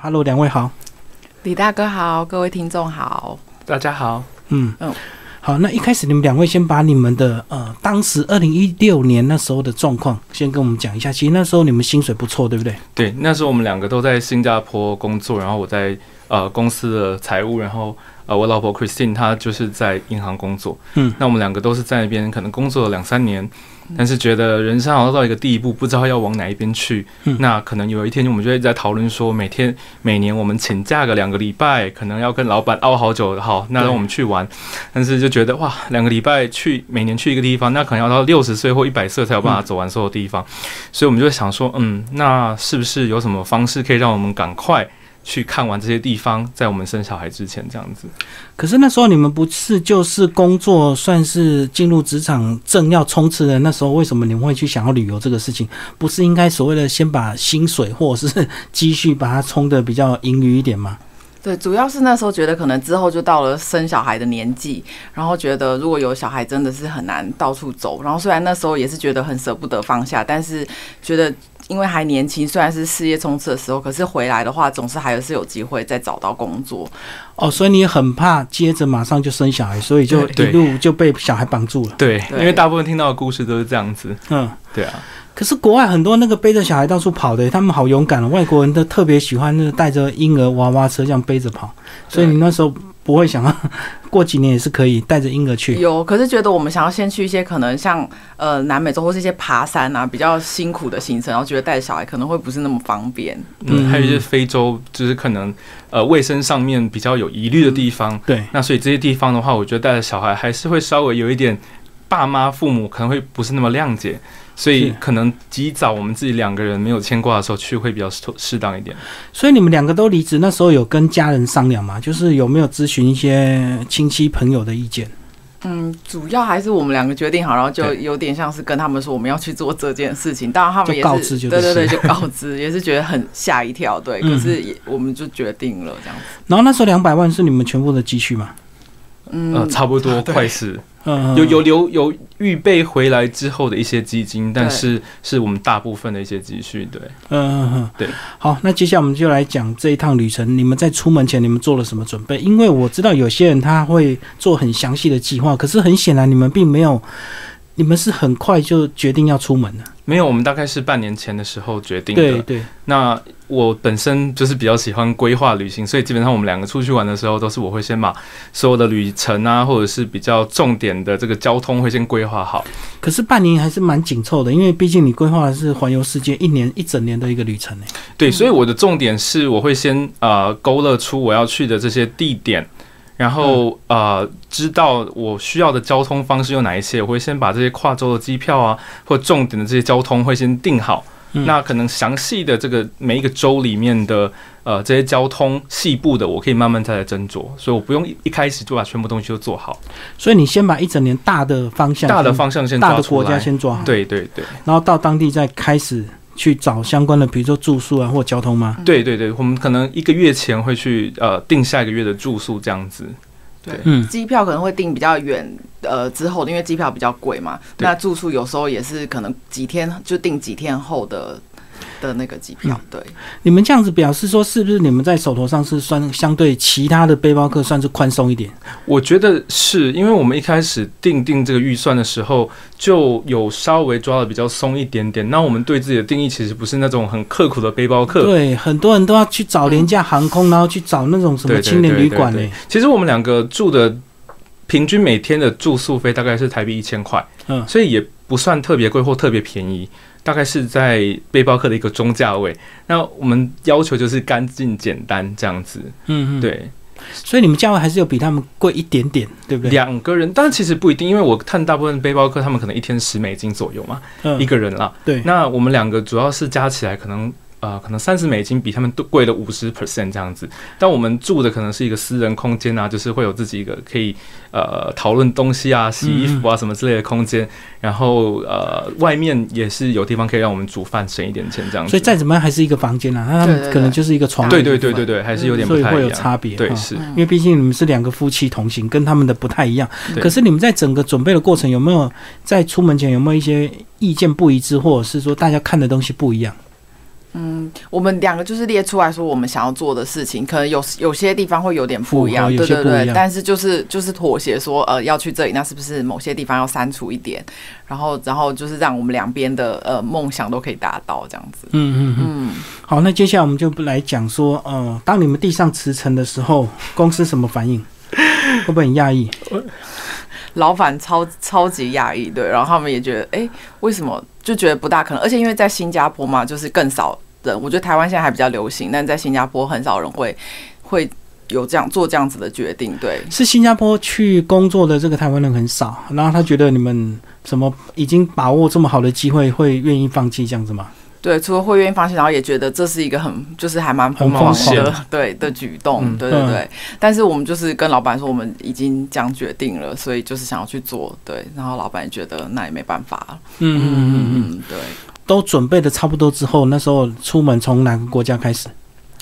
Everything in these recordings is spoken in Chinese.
Hello，两位好。李大哥好，各位听众好。大家好，嗯，嗯好，那一开始你们两位先把你们的呃，当时二零一六年那时候的状况先跟我们讲一下。其实那时候你们薪水不错，对不对？对，那时候我们两个都在新加坡工作，然后我在呃公司的财务，然后呃我老婆 Christine 她就是在银行工作，嗯那我们两个都是在那边可能工作了两三年，但是觉得人生好像到一个地步，不知道要往哪一边去，嗯那可能有一天我们就会在讨论说，每天每年我们请假个两个礼拜，可能要跟老板熬好久，好，那对让我们去玩，但是就觉得哇，两个礼拜去每年去一个地方，那可能要到六十岁或一百岁才有办嗯法走完所有地方。所以我们就会想说，嗯，那是不是有什么方式可以让我们赶快去看完这些地方，在我们生小孩之前这样子？可是那时候你们不是就是工作算是进入职场正要冲刺的那时候，为什么你们会去想要旅游这个事情？不是应该所谓的先把薪水或者是积蓄把它冲的比较盈余一点吗？对，主要是那时候觉得可能之后就到了生小孩的年纪，然后觉得如果有小孩真的是很难到处走。然后虽然那时候也是觉得很舍不得放下，但是觉得因为还年轻，虽然是事业冲刺的时候，可是回来的话总是还是有机会再找到工作。哦，所以你很怕接着马上就生小孩，所以就一对路就被小孩绑住了。对，对因为大部分听到的故事都是这样子。嗯。对啊，可是国外很多那个背着小孩到处跑的，他们好勇敢哦。外国人都特别喜欢那个带着婴儿娃娃车这样背着跑，所以你那时候不会想要过几年也是可以带着婴儿 去。有，可是觉得我们想要先去一些可能像呃南美洲或是一些爬山啊比较辛苦的行程，然后觉得带着小孩可能会不是那么方便。嗯，嗯还有一些非洲，就是可能呃卫生上面比较有疑虑的地方。对，那所以这些地方的话，我觉得带着小孩还是会稍微有一点，爸妈父母可能会不是那么谅解，所以是可能及早我们自己两个人没有牵挂的时候去会比较适适当一点。所以你们两个都离职，那时候有跟家人商量吗？就是有没有咨询一些亲戚朋友的意见？嗯，主要还是我们两个决定好，然后就对有点像是跟他们说我们要去做这件事情，当然他们就也告是知就对是对对，就告知， 也是觉得很吓一跳，对，嗯可是也我们就决定了这样子，然后那时候两百万是你们全部的积蓄嘛？呃，嗯，差不多 快是。嗯，有有留有预备回来之后的一些基金，但对是是我们大部分的一些积蓄，对。嗯，嗯嗯对。好，那接下来我们就来讲这一趟旅程。你们在出门前，你们做了什么准备？因为我知道有些人他会做很详细的计划，可是很显然你们并没有，你们是很快就决定要出门的。没有，我们大概是半年前的时候决定对的。对，那我本身就是比较喜欢规划旅行，所以基本上我们两个出去玩的时候，都是我会先把所有的旅程啊，或者是比较重点的这个交通会先规划好。可是半年还是蛮紧凑的，因为毕竟你规划的是环游世界一年一整年的一个旅程呢。欸对，所以嗯我的重点是，我会先呃勾勒出我要去的这些地点，然后、嗯呃知道我需要的交通方式有哪一些，我会先把这些跨州的机票啊，或重点的这些交通会先定好。嗯那可能详细的这个每一个州里面的呃这些交通细部的，我可以慢慢再来斟酌，所以我不用一一开始就把全部东西都做好，所以你先把一整年大的方向先、大的方向先大抓的出国家来。先嗯抓好，对对对然后到当地再开始去找相关的，比如说住宿啊或交通吗？对对对，我们可能一个月前会去呃定下一个月的住宿这样子。嗯，机票可能会订比较远，呃，之后的因为机票比较贵嘛，对那住宿有时候也是可能几天就订几天后的的那个机票，对。你们这样子表示说，是不是你们在手头上是算相对其他的背包客算是宽松一点？我觉得是因为我们一开始定定这个预算的时候，就有稍微抓的比较松一点点。那我们对自己的定义其实不是那种很刻苦的背包客。对，很多人都要去找廉价航空，然后去找那种什么对对青年旅馆呢、对对其实我们两个住的平均每天的住宿费大概是台币一千块，嗯所以也不算特别贵或特别便宜，大概是在背包客的一个中价位。那我们要求就是干净简单这样子，嗯嗯，。对。所以你们价位还是有比他们贵一点点，对不对？两个人，但其实不一定，因为我看大部分背包客他们可能一天十美金左右嘛，嗯一个人啦。对那我们两个主要是加起来可能。呃，可能三十美金比他们都贵了五十 percent 这样子，但我们住的可能是一个私人空间啊，就是会有自己一个可以呃讨论东西啊、洗衣服啊什么之类的空间，然后呃外面也是有地方可以让我们煮饭省一点钱这样子。所以再怎么样还是一个房间啦，啊那他对们对可能就是一个床。对对对对，对，还是有点嗯所不以太会一有样。差别。嗯对哈是，因为毕竟你们是两个夫妻同行，跟他们的不太一样。对可是你们在整个准备的过程，有没有在出门前有没有一些意见不一致，或者是说大家看的东西不一样？嗯，我们两个就是列出来说我们想要做的事情，可能有有些地方会有点不一样，符合有对些对不一对，样但是就是就是妥协说，呃，要去这里，那是不是某些地方要删除一点？然后然后就是让我们两边的呃梦想都可以达到这样子。嗯嗯嗯。嗯，好，那接下来我们就来讲说，呃，当你们递上辞呈的时候，公司什么反应？ 会不会很讶异？老板超超级压抑，对，然后他们也觉得，哎、为什么就觉得不大可能？而且因为在新加坡嘛，就是更少人，我觉得台湾现在还比较流行，但在新加坡很少人会会有这样做这样子的决定，对。是新加坡去工作的这个台湾人很少，然后他觉得你们怎么已经把握这么好的机会，会愿意放弃这样子吗？对，除了会愿意放弃，然后也觉得这是一个很就是还蛮很疯狂冒的险 对的举动，嗯对对嗯对。但是我们就是跟老板说，我们已经这样决定了，所以就是想要去做，对。然后老板也觉得那也没办法，嗯嗯嗯嗯嗯，嗯，对。都准备的差不多之后，那时候出门从哪个国家开始？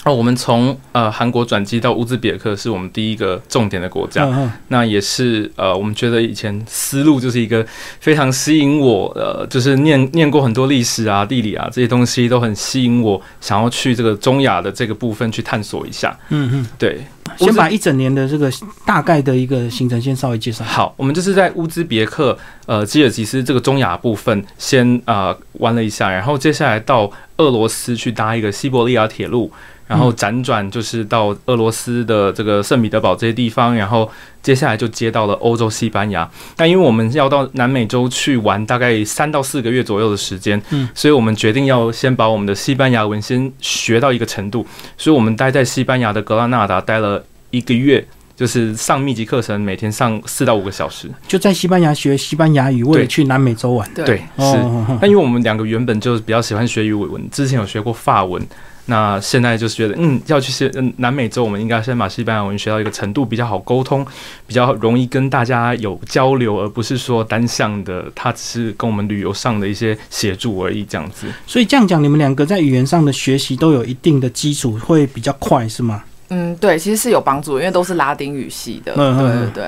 哦，我们从呃韩国转机到乌兹别克是我们第一个重点的国家，嗯嗯那也是呃我们觉得以前丝路就是一个非常吸引我，呃，就是念念过很多历史啊、地理啊这些东西都很吸引我，想要去这个中亚的这个部分去探索一下。嗯嗯。对，乌先兹把一整年的这个大概的一个行程先稍微介绍。好，我们就是在乌兹别克呃吉尔吉斯这个中亚部分先呃玩了一下，然后接下来到俄罗斯去搭一个西伯利亚铁路，然后辗转就是到俄罗斯的这个圣彼得堡这些地方，然后接下来就接到了欧洲西班牙。但因为我们要到南美洲去玩大概三到四个月左右的时间，嗯所以我们决定要先把我们的西班牙文先学到一个程度，所以我们待在西班牙的格拉纳达待了一个月。就是上密集课程，每天上四到五个小时。就在西班牙学西班牙语，为了对去南美洲玩。对，是。哦哦那因为我们两个原本就是比较喜欢学语文，之前有学过法文，那现在就是觉得，嗯，要去西嗯南美洲，我们应该先把西班牙文学到一个程度比较好沟通，比较容易跟大家有交流，而不是说单向的，他只是跟我们旅游上的一些协助而已，这样子。所以这样讲，你们两个在语言上的学习都有一定的基础，会比较快，是吗？嗯，对，其实是有帮助，因为都是拉丁语系的，嗯对嗯对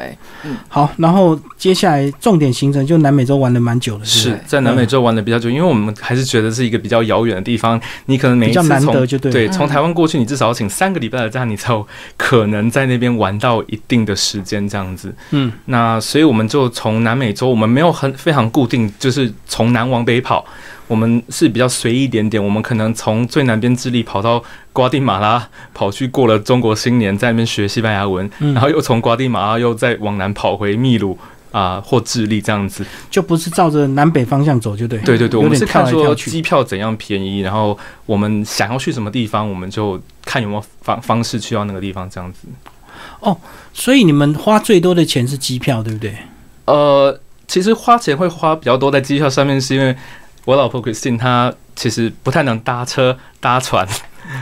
对。好，然后接下来重点行程就南美洲玩的蛮久的，是不是在南美洲玩的比较久，因为我们还是觉得是一个比较遥远的地方，你可能每比一较次难从得，就对了。对，嗯从台湾过去，你至少要请三个礼拜的假，你才有可能在那边玩到一定的时间这样子。嗯，那所以我们就从南美洲，我们没有很非常固定，就是从南往北跑，我们是比较随意一点点。我们可能从最南边智利跑到瓜地马拉，跑去过了中国新年，在那边学西班牙文，嗯然后又从瓜地马拉又再往南跑回秘鲁。啊、或智利这样子，就不是照着南北方向走，就对。对对哎对，有我们点是跳看来跳说去。机票怎样便宜，然后我们想要去什么地方，我们就看有没有方方式去到那个地方这样子。所以你们花最多的钱是机票，对不对？呃，其实花钱会花比较多在机票上面，是因为我老婆 Christine 她其实不太能搭车搭船，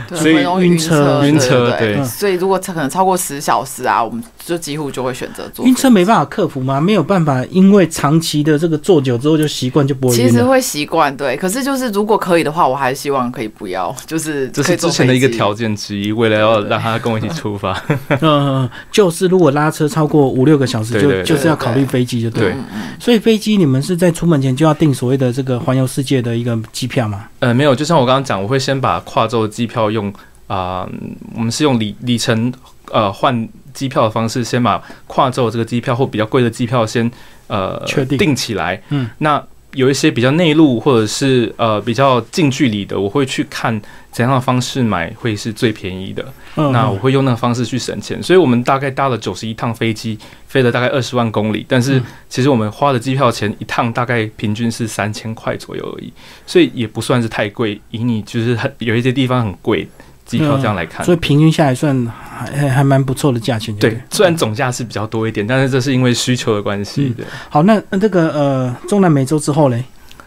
对所以很容易晕晕车对晕车对对嗯所以如果可能超过十小时啊，我们就几乎就会选择坐晕车没办法克服吗？没有办法，因为长期的这个坐久之后就习惯就不会其晕实了。会习惯，对。可是就是如果可以的话，我还是希望可以不要，就是这可以是坐之前的一个飞机条件之一，为了要让她跟我一起出发。嗯嗯，嗯就是如果拉车超过五六个小时，对就对对就是要考虑飞机，就对了。对嗯嗯所以飞机你们是在出门前就要订所谓的这个环游世界的一个机票嘛？呃，没有，就像我刚刚讲，我会先把跨州的机票用啊、嗯我们是用里里程呃换机票的方式，先把跨州的这个机票或比较贵的机票先呃确定定起来。嗯，那有一些比较内陆或者是呃比较近距离的，我会去看怎样的方式买会是最便宜的。嗯，那我会用那个方式去省钱，所以我们大概搭了九十一趟飞机，飞了大概二十万公里，但是嗯其实我们花的机票钱一趟大概平均是三千块左右而已，所以也不算是太贵。以你就是很有一些地方很贵，机票这样来看，嗯所以平均下来算还还还蛮不错的价钱。对，虽然总价是比较多一点，但是这是因为需求的关系嗯对。好，那那这个呃，中南美洲之后嘞，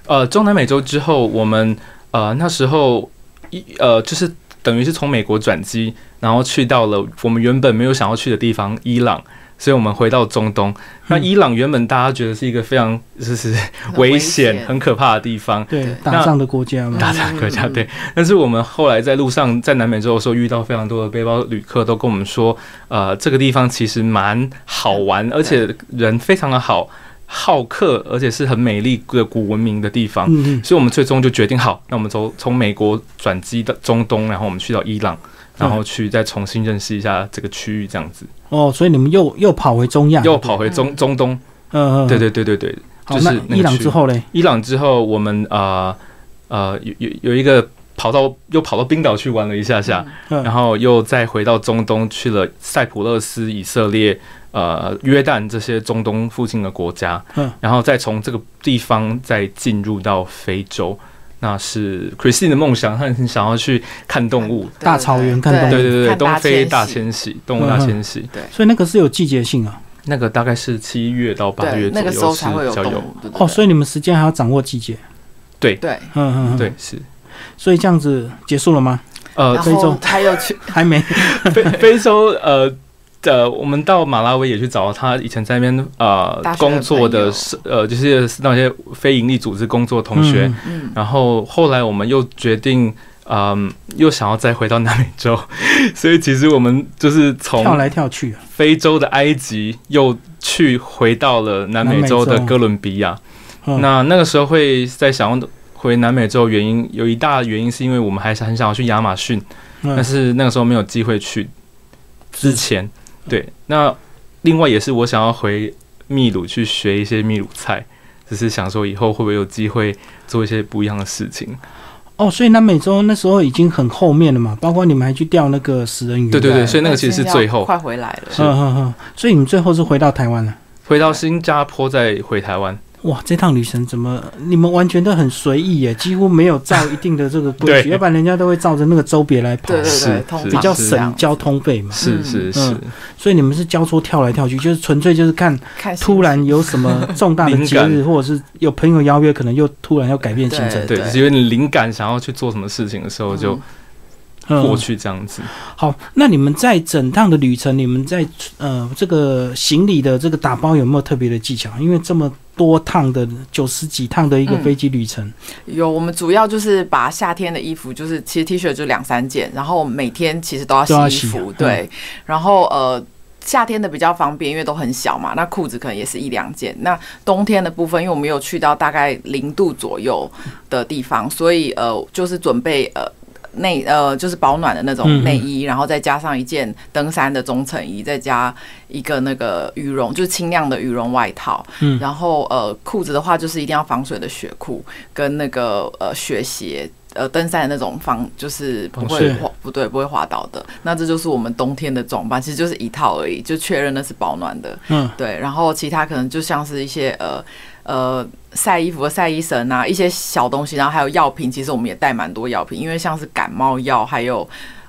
呃，中南美洲之后，我们呃那时候一呃就是等于是从美国转机，然后去到了我们原本没有想要去的地方伊朗，所以我们回到中东。那伊朗原本大家觉得是一个非常就是很危险险、，很可怕的地方。对，对打仗的国家嘛，大家国嗯家嗯嗯对，但是我们后来在路上在南美洲的时候遇到非常多的背包旅客，都跟我们说，呃，这个地方其实蛮好玩，而且人非常的好，好客，而且是很美丽的古文明的地方。嗯嗯，所以我们最终就决定好，那我们从从美国转机到中东，然后我们去到伊朗，然后去再重新认识一下这个区域，这样子，哦，所以你们又又跑回中亚，又跑回中中东。啊嗯，嗯，对对，对对对对，好，就是那那个伊朗区之后嘞，伊朗之后，我们啊呃有有有一个跑到又跑到冰岛去玩了一下下，然嗯，后又再回到中东去了塞浦路斯、以色列、呃约旦这些中东附近的国家，嗯然后再从这个地方再进入到非洲，那是 Christine 的梦想，她很想要去看动物，大草原看动物对对对，看东大非大迁迁徙，动物大迁徙，所以那个是有季节性啊。那个大概是七月到八对月左那右个是时候才会比有较动有，物，对对哦，所以你们时间还要掌握季节。对对。嗯嗯，嗯对，是所以这样子结束了吗？呃然非后洲还有 去还没。非 非洲呃呃，我们到马拉维也去找他以前在那边呃大学的工作朋的友是呃就是那些非营利组织工作同学，嗯，嗯，然后后来我们又决定。嗯，又想要再回到南美洲， 所以其实我们就是从跳来跳去啊。非洲的埃及又去回到了南美洲的哥伦比亚。嗯那那个时候会在想要回南美洲，原因有一大原因是因为我们还是很想要去亚马逊，但嗯是那个时候没有机会去。之前，对，那另外也是我想要回秘鲁去学一些秘鲁菜，只是想说以后会不会有机会做一些不一样的事情。哦，所以南美洲那时候已经很后面了嘛，包括你们还去钓那个食人鱼。对对对，嗯所以那个其实是最后哦快回来了，是嗯嗯，所以你们最后是回到台湾了。回到新加坡再回台湾。哇，这趟旅程怎么你们完全都很随意耶，几乎没有照一定的这个规矩，对要不然人家都会照着那个州别来跑对，对是对，通常是比较是这样省交通费嘛。是嗯是是，所以你们是交错跳来跳去，就是纯粹就是看看突然有什么重大的节日，或者是有朋友邀约，可能又突然要改变行程。对，对就是有点灵感，想要去做什么事情的时候就过嗯，去这样子。好，那你们在整趟的旅程，你们在呃这个行李的这个打包有没有特别的技巧？因为这么多趟的九十几趟的一个嗯飞机旅程，有，我们主要就是把夏天的衣服，就是其实 T 恤就两三件，然后每天其实都要洗都要衣洗服，嗯对，然后呃。夏天的比较方便，因为都很小嘛。那裤子可能也是一两件。那冬天的部分，因为我们有去到大概零度左右的地方，所以呃，就是准备呃内呃就是保暖的那嗯种嗯内衣，然后再加上一件登山的中层衣，再加一个那个羽绒，就是轻量的羽绒外套。嗯然后呃，裤子的话就是一定要防水的雪裤，跟那个呃雪鞋，呃登山的那种防，就是不防会水滑，不对，不会滑倒的。那这就是我们冬天的装扮，其实就是一套而已，就确认那是保暖的。嗯，对，然后其他可能就像是一些呃呃晒衣服的晒衣绳啊，一些小东西，然后还有药品，其实我们也带蛮多药品，因为像是感冒药，还有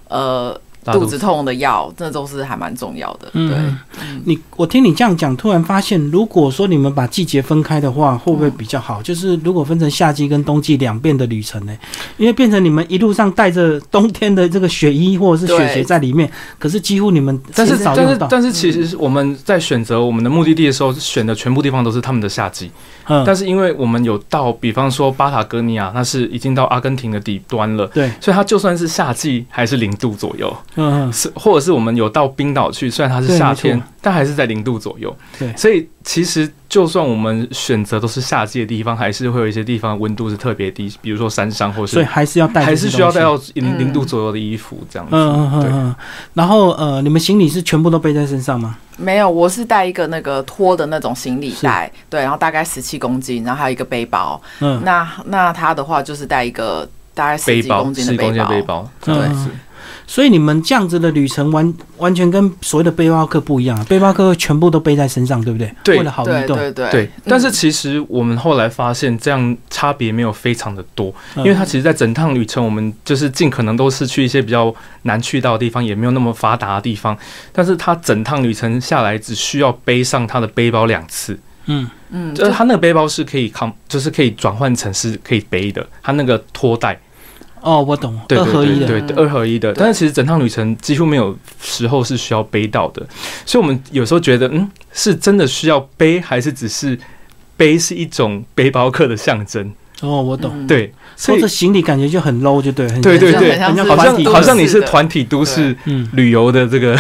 呃大肚子痛的药，这都是还蛮重要的。对，嗯你我听你这样讲，突然发现，如果说你们把季节分开的话，会不会比较嗯好？就是如果分成夏季跟冬季两遍的旅程呢、因为变成你们一路上带着冬天的这个雪衣或者是雪鞋对在里面，可是几乎你们但是很少但用是到。嗯但是，其实我们在选择我们的目的地的时候，选的全部地方都是他们的夏季。嗯，但是因为我们有到，比方说巴塔哥尼亚，那是已经到阿根廷的底端了。对，所以它就算是夏季，还是零度左右，嗯嗯是或者是我们有到冰岛去，虽然它是夏对天没，但还是在零度左右。对所以其实就算我们选择都是夏季的地方，还是会有一些地方温度是特别低，比如说山上或所以是还是要带，还是需要带到。到零嗯零度左右的衣服这样子。嗯嗯嗯对，嗯，然后呃，你们行李是全部都背在身上吗？没有，我是带一个那个拖的那种行李袋，对，然后大概十七公斤，然后还有一个背包。嗯，那那他的话就是带一个大概十背几包公斤十的公斤的背包。包，嗯对嗯是所以你们这样子的旅程完完全跟所谓的背包客不一样，啊背包客会全部都背在身上，对不对？对为了好移对动。对对对嗯，但是其实我们后来发现，这样差别没有非常的多，嗯因为它其实，在整趟旅程，我们就是尽可能都是去一些比较难去到的地方，也没有那么发达的地方。但是它整趟旅程下来，只需要背上它的背包两次，嗯嗯，就是就它那个背包是可以扛，就是可以转换成是可以背的，它那个拖带，哦，我懂，对二对合一对的。对，对二合一的。对但是其实整趟旅程几乎没有时候是需要背到的，所以我们有时候觉得，嗯，是真的需要背，还是只是背是一种背包客的象征？哦，我懂。嗯，对，所拖以着行李感觉就很 low，就对，很对对很对像很像很是好团像体都好市像你是的团体都市嗯，旅游的这个，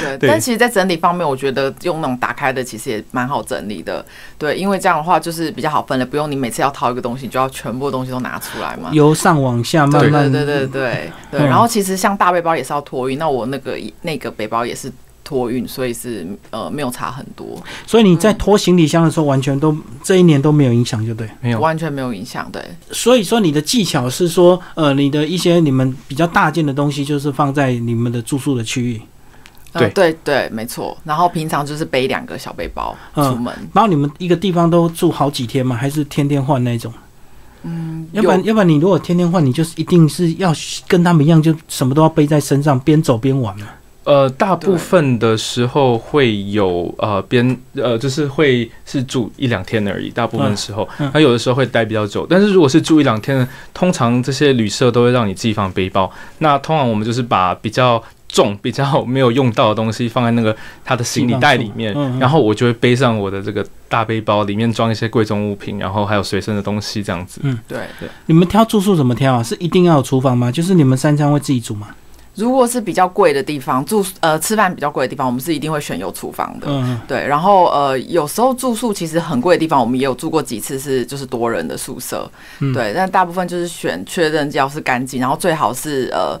对，对但其实，在整理方面，我觉得用那种打开的其实也蛮好整理的，对，因为这样的话就是比较好分类，不用你每次要掏一个东西，你就要全部东西都拿出来嘛。由上往下慢对慢对对对对对。嗯然后其实像大背包也是要托运，那我那个那个背包也是托运，所以是呃没有差很多，所以你在拖行李箱的时候，完全都这一年都没有影响，就对。没有完全没有影响。对，所以说你的技巧是说，呃，你的一些你们比较大件的东西，就是放在你们的住宿的区域，呃对对对，没错。然后平常就是背两个小背包嗯出门，然后你们一个地方都住好几天吗？还是天天换那一种？嗯，要不然，要不然你如果天天换，你就是一定是要跟他们一样，就什么都要背在身上，边走边玩嘛。呃，大部对分的时候会有呃边呃，就是会是住一两天而已，大部分时候，那、嗯嗯有的时候会待比较久。但是如果是住一两天的，通常这些旅社都会让你自己放背包。那通常我们就是把比较重、比较没有用到的东西放在那个他的行李袋里面，嗯嗯然后我就会背上我的这个大背包，里面装一些贵重物品，然后还有随身的东西这样子。对。你们挑住宿怎么挑啊？是一定要有厨房吗？就是你们三餐会自己煮吗？如果是比较贵的地方住，呃，吃饭比较贵的地方，我们是一定会选有厨房的。嗯，对，然后呃，有时候住宿其实很贵的地方，我们也有住过几次是就是多人的宿舍，嗯对，但大部分就是选确认要是干净，然后最好是呃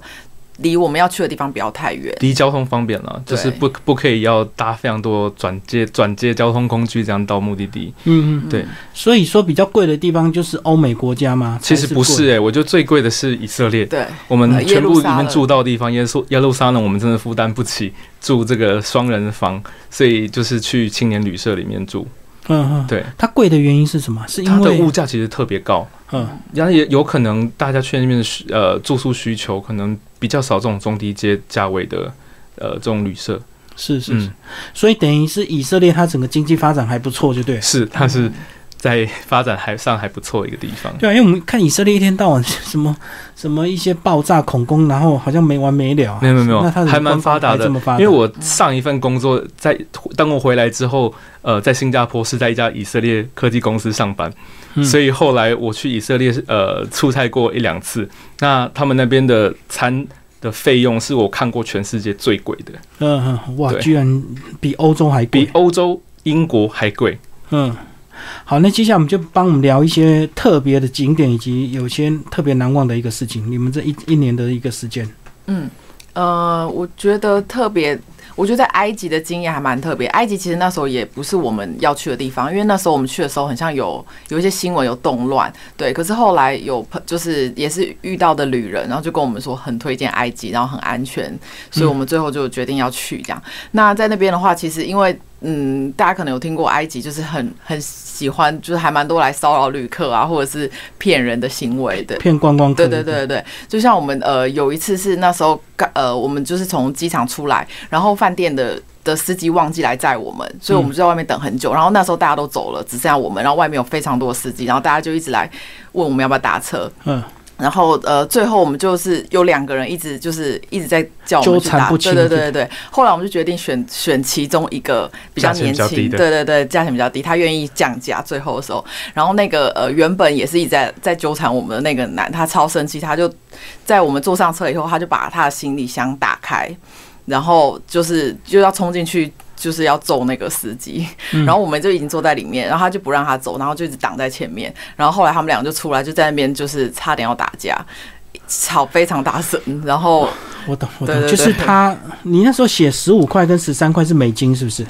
离我们要去的地方不要太远。离交通方便了，就是对不不可以要搭非常多转接转接交通工具这样到目的地。嗯嗯，对嗯所以说比较贵的地方就是欧美国家吗？其实不还是贵，诶、我觉得最贵的是以色列。对，我们呃全部耶路里撒冷面住到的地方，耶稣耶路撒冷，我们真的负担不起住这个双人房，所以就是去青年旅社里面住。嗯嗯，对，它贵的原因是什么？是它因的为物价其实特别高，嗯然后也有可能大家去那边的需呃住宿需求可能比较少这种中低阶价位的呃这种旅社。是是是嗯，，所以等于是以色列它整个经济发展还不错，就对了。是，它是在发展还上还不错一个地方。对啊，因为我们看以色列一天到晚什么什么一些爆炸恐攻，然后好像没完没了、啊。没有没有没有那它的还蛮观光发达的还这么发达因为我上一份工作在当我回来之后，呃，在新加坡是在一家以色列科技公司上班，嗯所以后来我去以色列呃出差过一两次。那他们那边的餐的费用是我看过全世界最贵的，嗯嗯，哇，对居然比欧洲还比贵。欧洲、英国还贵。嗯，好，那接下来我们就帮我们聊一些特别的景点，以及有些特别难忘的一个事情。你们这一一年的一个时间，嗯，呃，我觉得特别，我觉得在埃及的经验还蛮特别。埃及其实那时候也不是我们要去的地方，因为那时候我们去的时候，很像有有一些新闻有动乱，对。可是后来有朋就是也是遇到的旅人，然后就跟我们说很推荐埃及，然后很安全，所以我们最后就决定要去这样。那在那边的话，其实因为。嗯，大家可能有听过埃及，就是很很喜欢，就是还蛮多来骚扰旅客啊，或者是骗人的行为的。骗观光客。对对对对，就像我们呃有一次是那时候刚呃我们就是从机场出来，然后饭店的。的司机忘记来载我们，所以我们就在外面等很久。然后那时候大家都走了，只剩下我们。然后外面有非常多的司机，然后大家就一直来问我们要不要打车。嗯，然后呃，最后我们就是有两个人一直就是一直在叫我们去纠缠打，不对清对对对对。后来我们就决定选选其中一个比较价钱年比较低轻，的对对对，价钱比较低，他愿意降价。最后的时候，然后那个呃原本也是一直在在纠缠我们的那个男，他超生气，他就在我们坐上车以后，他就把他的行李箱打开，然后就是就要冲进去。就是要揍那个司机，嗯然后我们就已经坐在里面，然后他就不让他走，然后就一直挡在前面，然后后来他们俩就出来，就在那边就是差点要打架，吵非常大声，然后我懂我懂，对对对就是他，你那时候写十五块跟十三块是美金，是不是？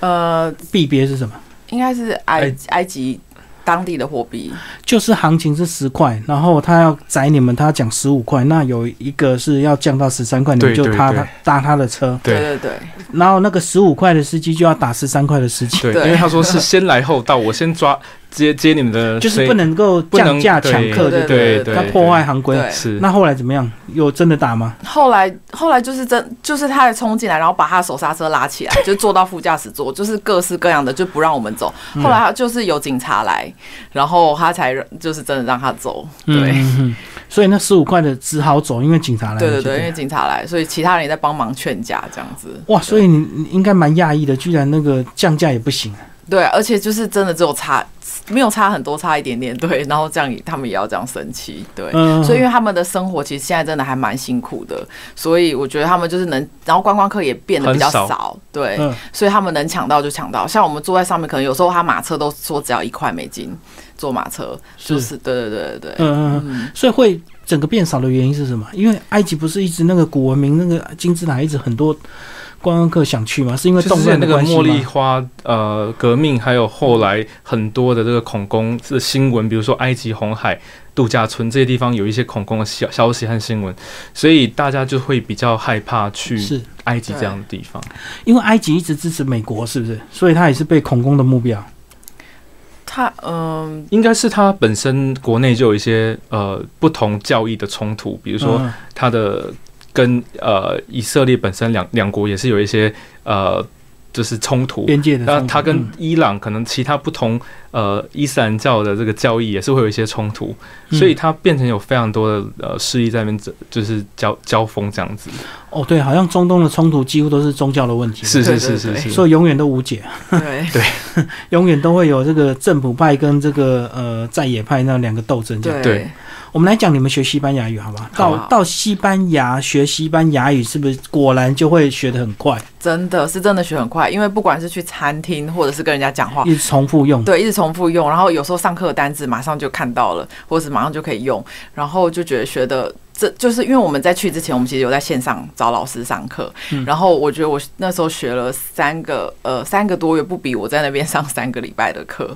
呃，币别是什么？应该是埃埃埃及当地的货币，就是行情是十块，然后他要宰你们，他讲十五块，那有一个是要降到十三块，你们对就对搭对他搭他的车，对对对，然后那个十五块的司机就要打十三块的司机，对，对因为他说是先来后到，我先抓接接你们的，就是不能够不降能价抢客，对就对对对对对，他破坏行规。对是那后来怎么样？有真的打吗？后来，后来就是真，就是他还冲进来，然后把他的手刹车拉起来，就坐到副驾驶座，就是各式各样的，就不让我们走。嗯后来他就是有警察来，然后他才就是真的让他走。对、嗯，嗯嗯所以那十五块的只好走，因为警察来了。对对对，就因为警察来，所以其他人也在帮忙劝架，这样子。哇，所以你你应该蛮讶异的，居然那个降价也不行啊。对，而且就是真的只有差，没有差很多，差一点点，对。然后这样他们也要这样生气，对。嗯所以因为他们的生活其实现在真的还蛮辛苦的，所以我觉得他们就是能，然后观光客也变得比较很少少，对。嗯所以他们能抢到就抢到。像我们坐在上面，可能有时候他马车都说只要一块美金坐马车，是就是对对对对对，嗯嗯，嗯，所以会整个变少的原因是什么？因为埃及不是一直那个古文明那个金字塔一直很多观光客想去吗？是因为就动是乱那的个关系茉莉吗？花呃革命，还有后来很多的这个恐攻的新闻，比如说埃及红海度假村这些地方有一些恐攻的消消息和新闻，所以大家就会比较害怕去是埃及这样的地方。因为埃及一直支持美国，是不是？所以他也是被恐攻的目标。他 嗯。应该是它本身国内就有一些呃不同教义的冲突，比如就说它的跟呃以色列本身两两国也是有一些呃就是冲突，边界的冲那突，它跟嗯伊朗可能其他不同呃伊斯兰教的这个教义也是会有一些冲突，嗯所以它变成有非常多的呃势力在那边这就是交交锋这样子。哦对，好像中东的冲突几乎都是宗教的问题，是是对是对是对是，所以永远都无解，对，永远都会有这个政府派跟这个呃在野派那两个斗争这样。对对我们来讲你们学西班牙语好吗？好到啊到西班牙学西班牙语是不是果然就会学得很快，真的是真的学很快，因为不管是去餐厅或者是跟人家讲话，一直重复用？对，一直重复用，然后有时候上课的单字马上就看到了，或者是马上就可以用，然后就觉得学的。这就是因为我们在去之前，我们其实有在线上找老师上课，然后我觉得我那时候学了三个呃三个多月，不比我在那边上三个礼拜的课。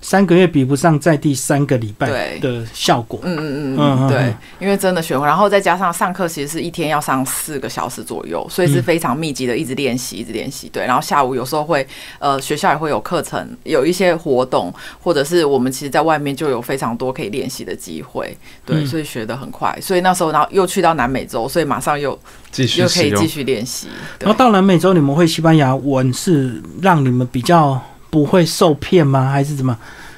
三个月比不上在第三个礼拜对的效果。嗯嗯嗯嗯嗯，嗯对，因为真的学会，然后再加上上课其实是一天要上四个小时左右，所以嗯是非常密集的，一直练习，一直练习。对，然后下午有时候会，呃，学校也会有课程，有一些活动，或者是我们其实在外面就有非常多可以练习的机会。对，嗯所以学得很快。所以那时候，然后又去到南美洲，所以马上又继续又可使以继用。续练习。对然后到南美洲，你们会西班牙文是让你们比较不会受骗吗？还是怎么？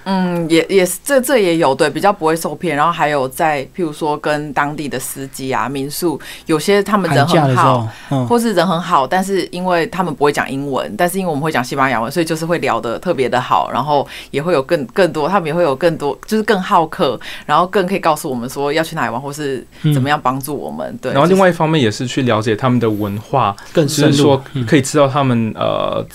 嗯，也也是这这也有对，比较不会受骗，然后还有在譬如说跟当地的司机啊、民宿，有些他们寒人假的很时好。候，嗯，或是人很好，但是因为他们不会讲英文，但是因为我们会讲西班牙文，所以就是会聊得特别的好，然后也会有更更多，他们也会有更多，就是更好客，然后更可以告诉我们说要去哪里玩，或是嗯怎么样帮助我们。对，然后就是另外一方面也是去了解他们的文化，更就是深入嗯说。嗯可以知道他们呃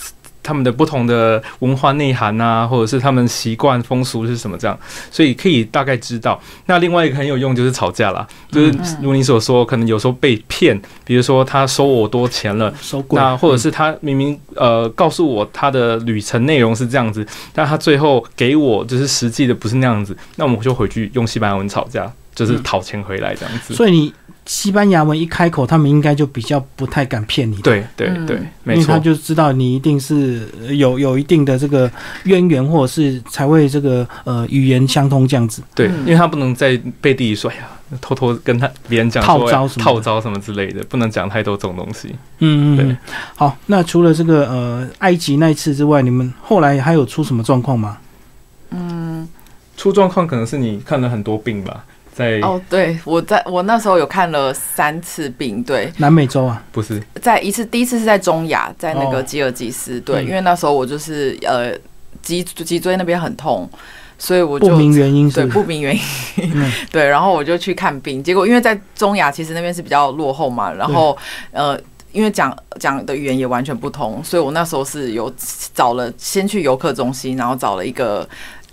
他们的不同的文化内涵啊，或者是他们习惯风俗是什么这样，所以可以大概知道。那另外一个很有用就是吵架啦，就是嗯如你所说，可能有时候被骗，比如说他收我多钱了。收贵，那或者嗯是他明明呃告诉我他的旅程内容是这样子，但他最后给我就是实际的不是那样子，那我们就回去用西班牙文吵架，就是嗯讨钱回来这样子。所以你西班牙文一开口，他们应该就比较不太敢骗你，，对对嗯对，因没为错他。就知道你一定是呃有有一定的这个渊源，或者是才会这个呃语言相通这样子。对，嗯因为他不能再背地里说，哎呀，偷偷跟他别人讲说套哎招什么的套招什么之类的，不能讲太多这种东西。嗯嗯，对嗯好，那除了这个呃埃及那一次之外，你们后来还有出什么状况吗？出状况可能是你看了很多病吧，在、哦，对，我在我那时候有看了三次病，对，南美洲啊，不是在一次，第一次是在中亚，在那哦个吉尔吉斯，对，嗯因为那时候我就是呃脊脊椎那边很痛，所以我就不明原因是对不是不明原因，嗯 对，然后我就去看病，结果因为在中亚其实那边是比较落后嘛，然后呃。因为讲讲的语言也完全不同，所以我那时候是有找了先去游客中心，然后找了一个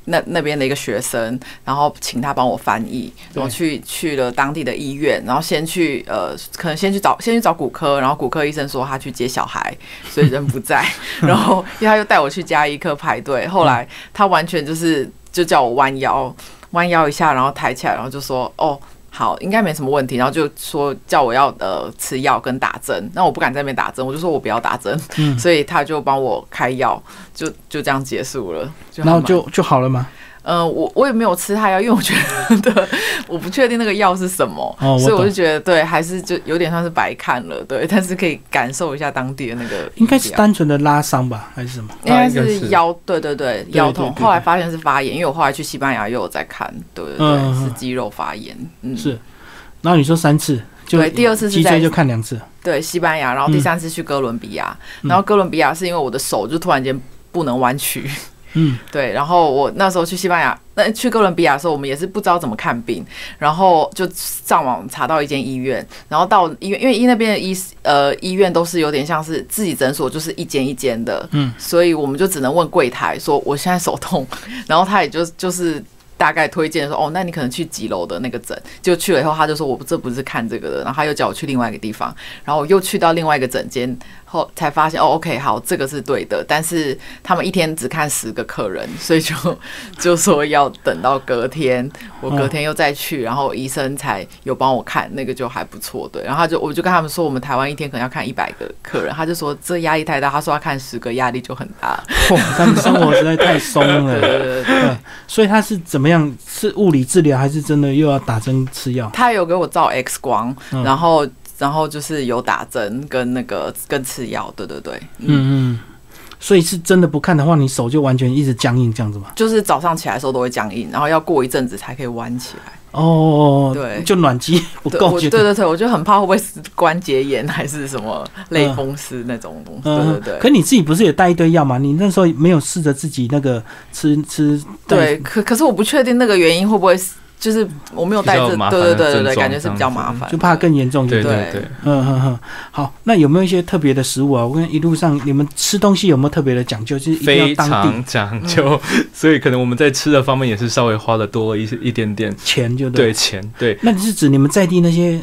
那那边的一个学生，然后请他帮我翻译，对然后去去了当地的医院，然后先去呃，可能先去找先去找骨科，然后骨科医生说他去接小孩，所以人 不在，然后因为他又带我去加医科排队，后来他完全就是就叫我弯腰弯腰一下，然后抬起来，然后就说哦。好，应该没什么问题，然后就说叫我要呃吃药跟打针，那我不敢在那边打针，我就说我不要打针， 嗯所以他就帮我开药，就就这样结束了。然后还蛮就就好了吗？嗯，我我也没有吃它药，因为我觉得 我不确定那个药是什么，哦我所以我懂就觉得对，还是就有点像是白看了，对，但是可以感受一下当地的那个，应该是单纯的拉伤吧，还是什么？应该啊应该是是腰，对对对，腰痛对。对后来发现是发炎，因为我后来去西班牙又有在看，对对嗯嗯对，嗯是肌肉发炎，嗯，是然后你说三次，就对第二次是脊在椎就看两次，嗯对西班牙，然后第三次去哥伦比亚，然后哥伦比亚是因为我的手就突然间。不能弯曲。嗯，对，然后我那时候去西班牙，那去哥伦比亚的时候，我们也是不知道怎么看病，然后就上网查到一间医院，然后到医院，因为医那边的医呃医院都是有点像是自己诊所，就是一间一间的，嗯，所以我们就只能问柜台说我现在手痛，然后他也就就是。大概推荐说哦，那你可能去几楼的那个诊，就去了以后，他就说我这不是看这个的，然后他又叫我去另外一个地方，然后我又去到另外一个诊间，后才发现哦，OK，好，这个是对的，但是他们一天只看十个客人，所以就 就说要等到隔天，我隔天又再去，然后医生才有帮我看，那个就还不错，对。然后他就我就跟他们说，我们台湾一天可能要看一百个客人，他就说这压力太大，他说他看十个压力就很大，嚯他们生活实在太松 对了。对对对。 所以他是怎么样？是物理治疗，还是真的又要打针吃药？他有给我照 X 光，嗯然后然后就是有打针跟那个跟吃药，对对对，嗯，嗯嗯。所以是真的不看的话，你手就完全一直僵硬这样子嘛？就是早上起来的时候都会僵硬，然后要过一阵子才可以弯起来。哦，对就暖机不对，够，我觉对得。对对，我就很怕会不会是关节炎还是什么类风湿那种东西。 嗯，对对可对。你自己不是也带一堆药吗？你那时候没有试着自己那个吃吃对，可可是我不确定那个原因会不会是，就是我没有带比这较麻，烦对的对对对对，症状感觉是比较麻烦，就怕更严重一对点。对对对，嗯哼哼，好，那有没有一些特别的食物啊？我跟一路上你们吃东西有没有特别的讲究？就是一定非要当地嗯常讲究， 所以可能我们在吃的方面也是稍微花的多了一些一点点，钱就对。对钱，对，那你是指你们在地那些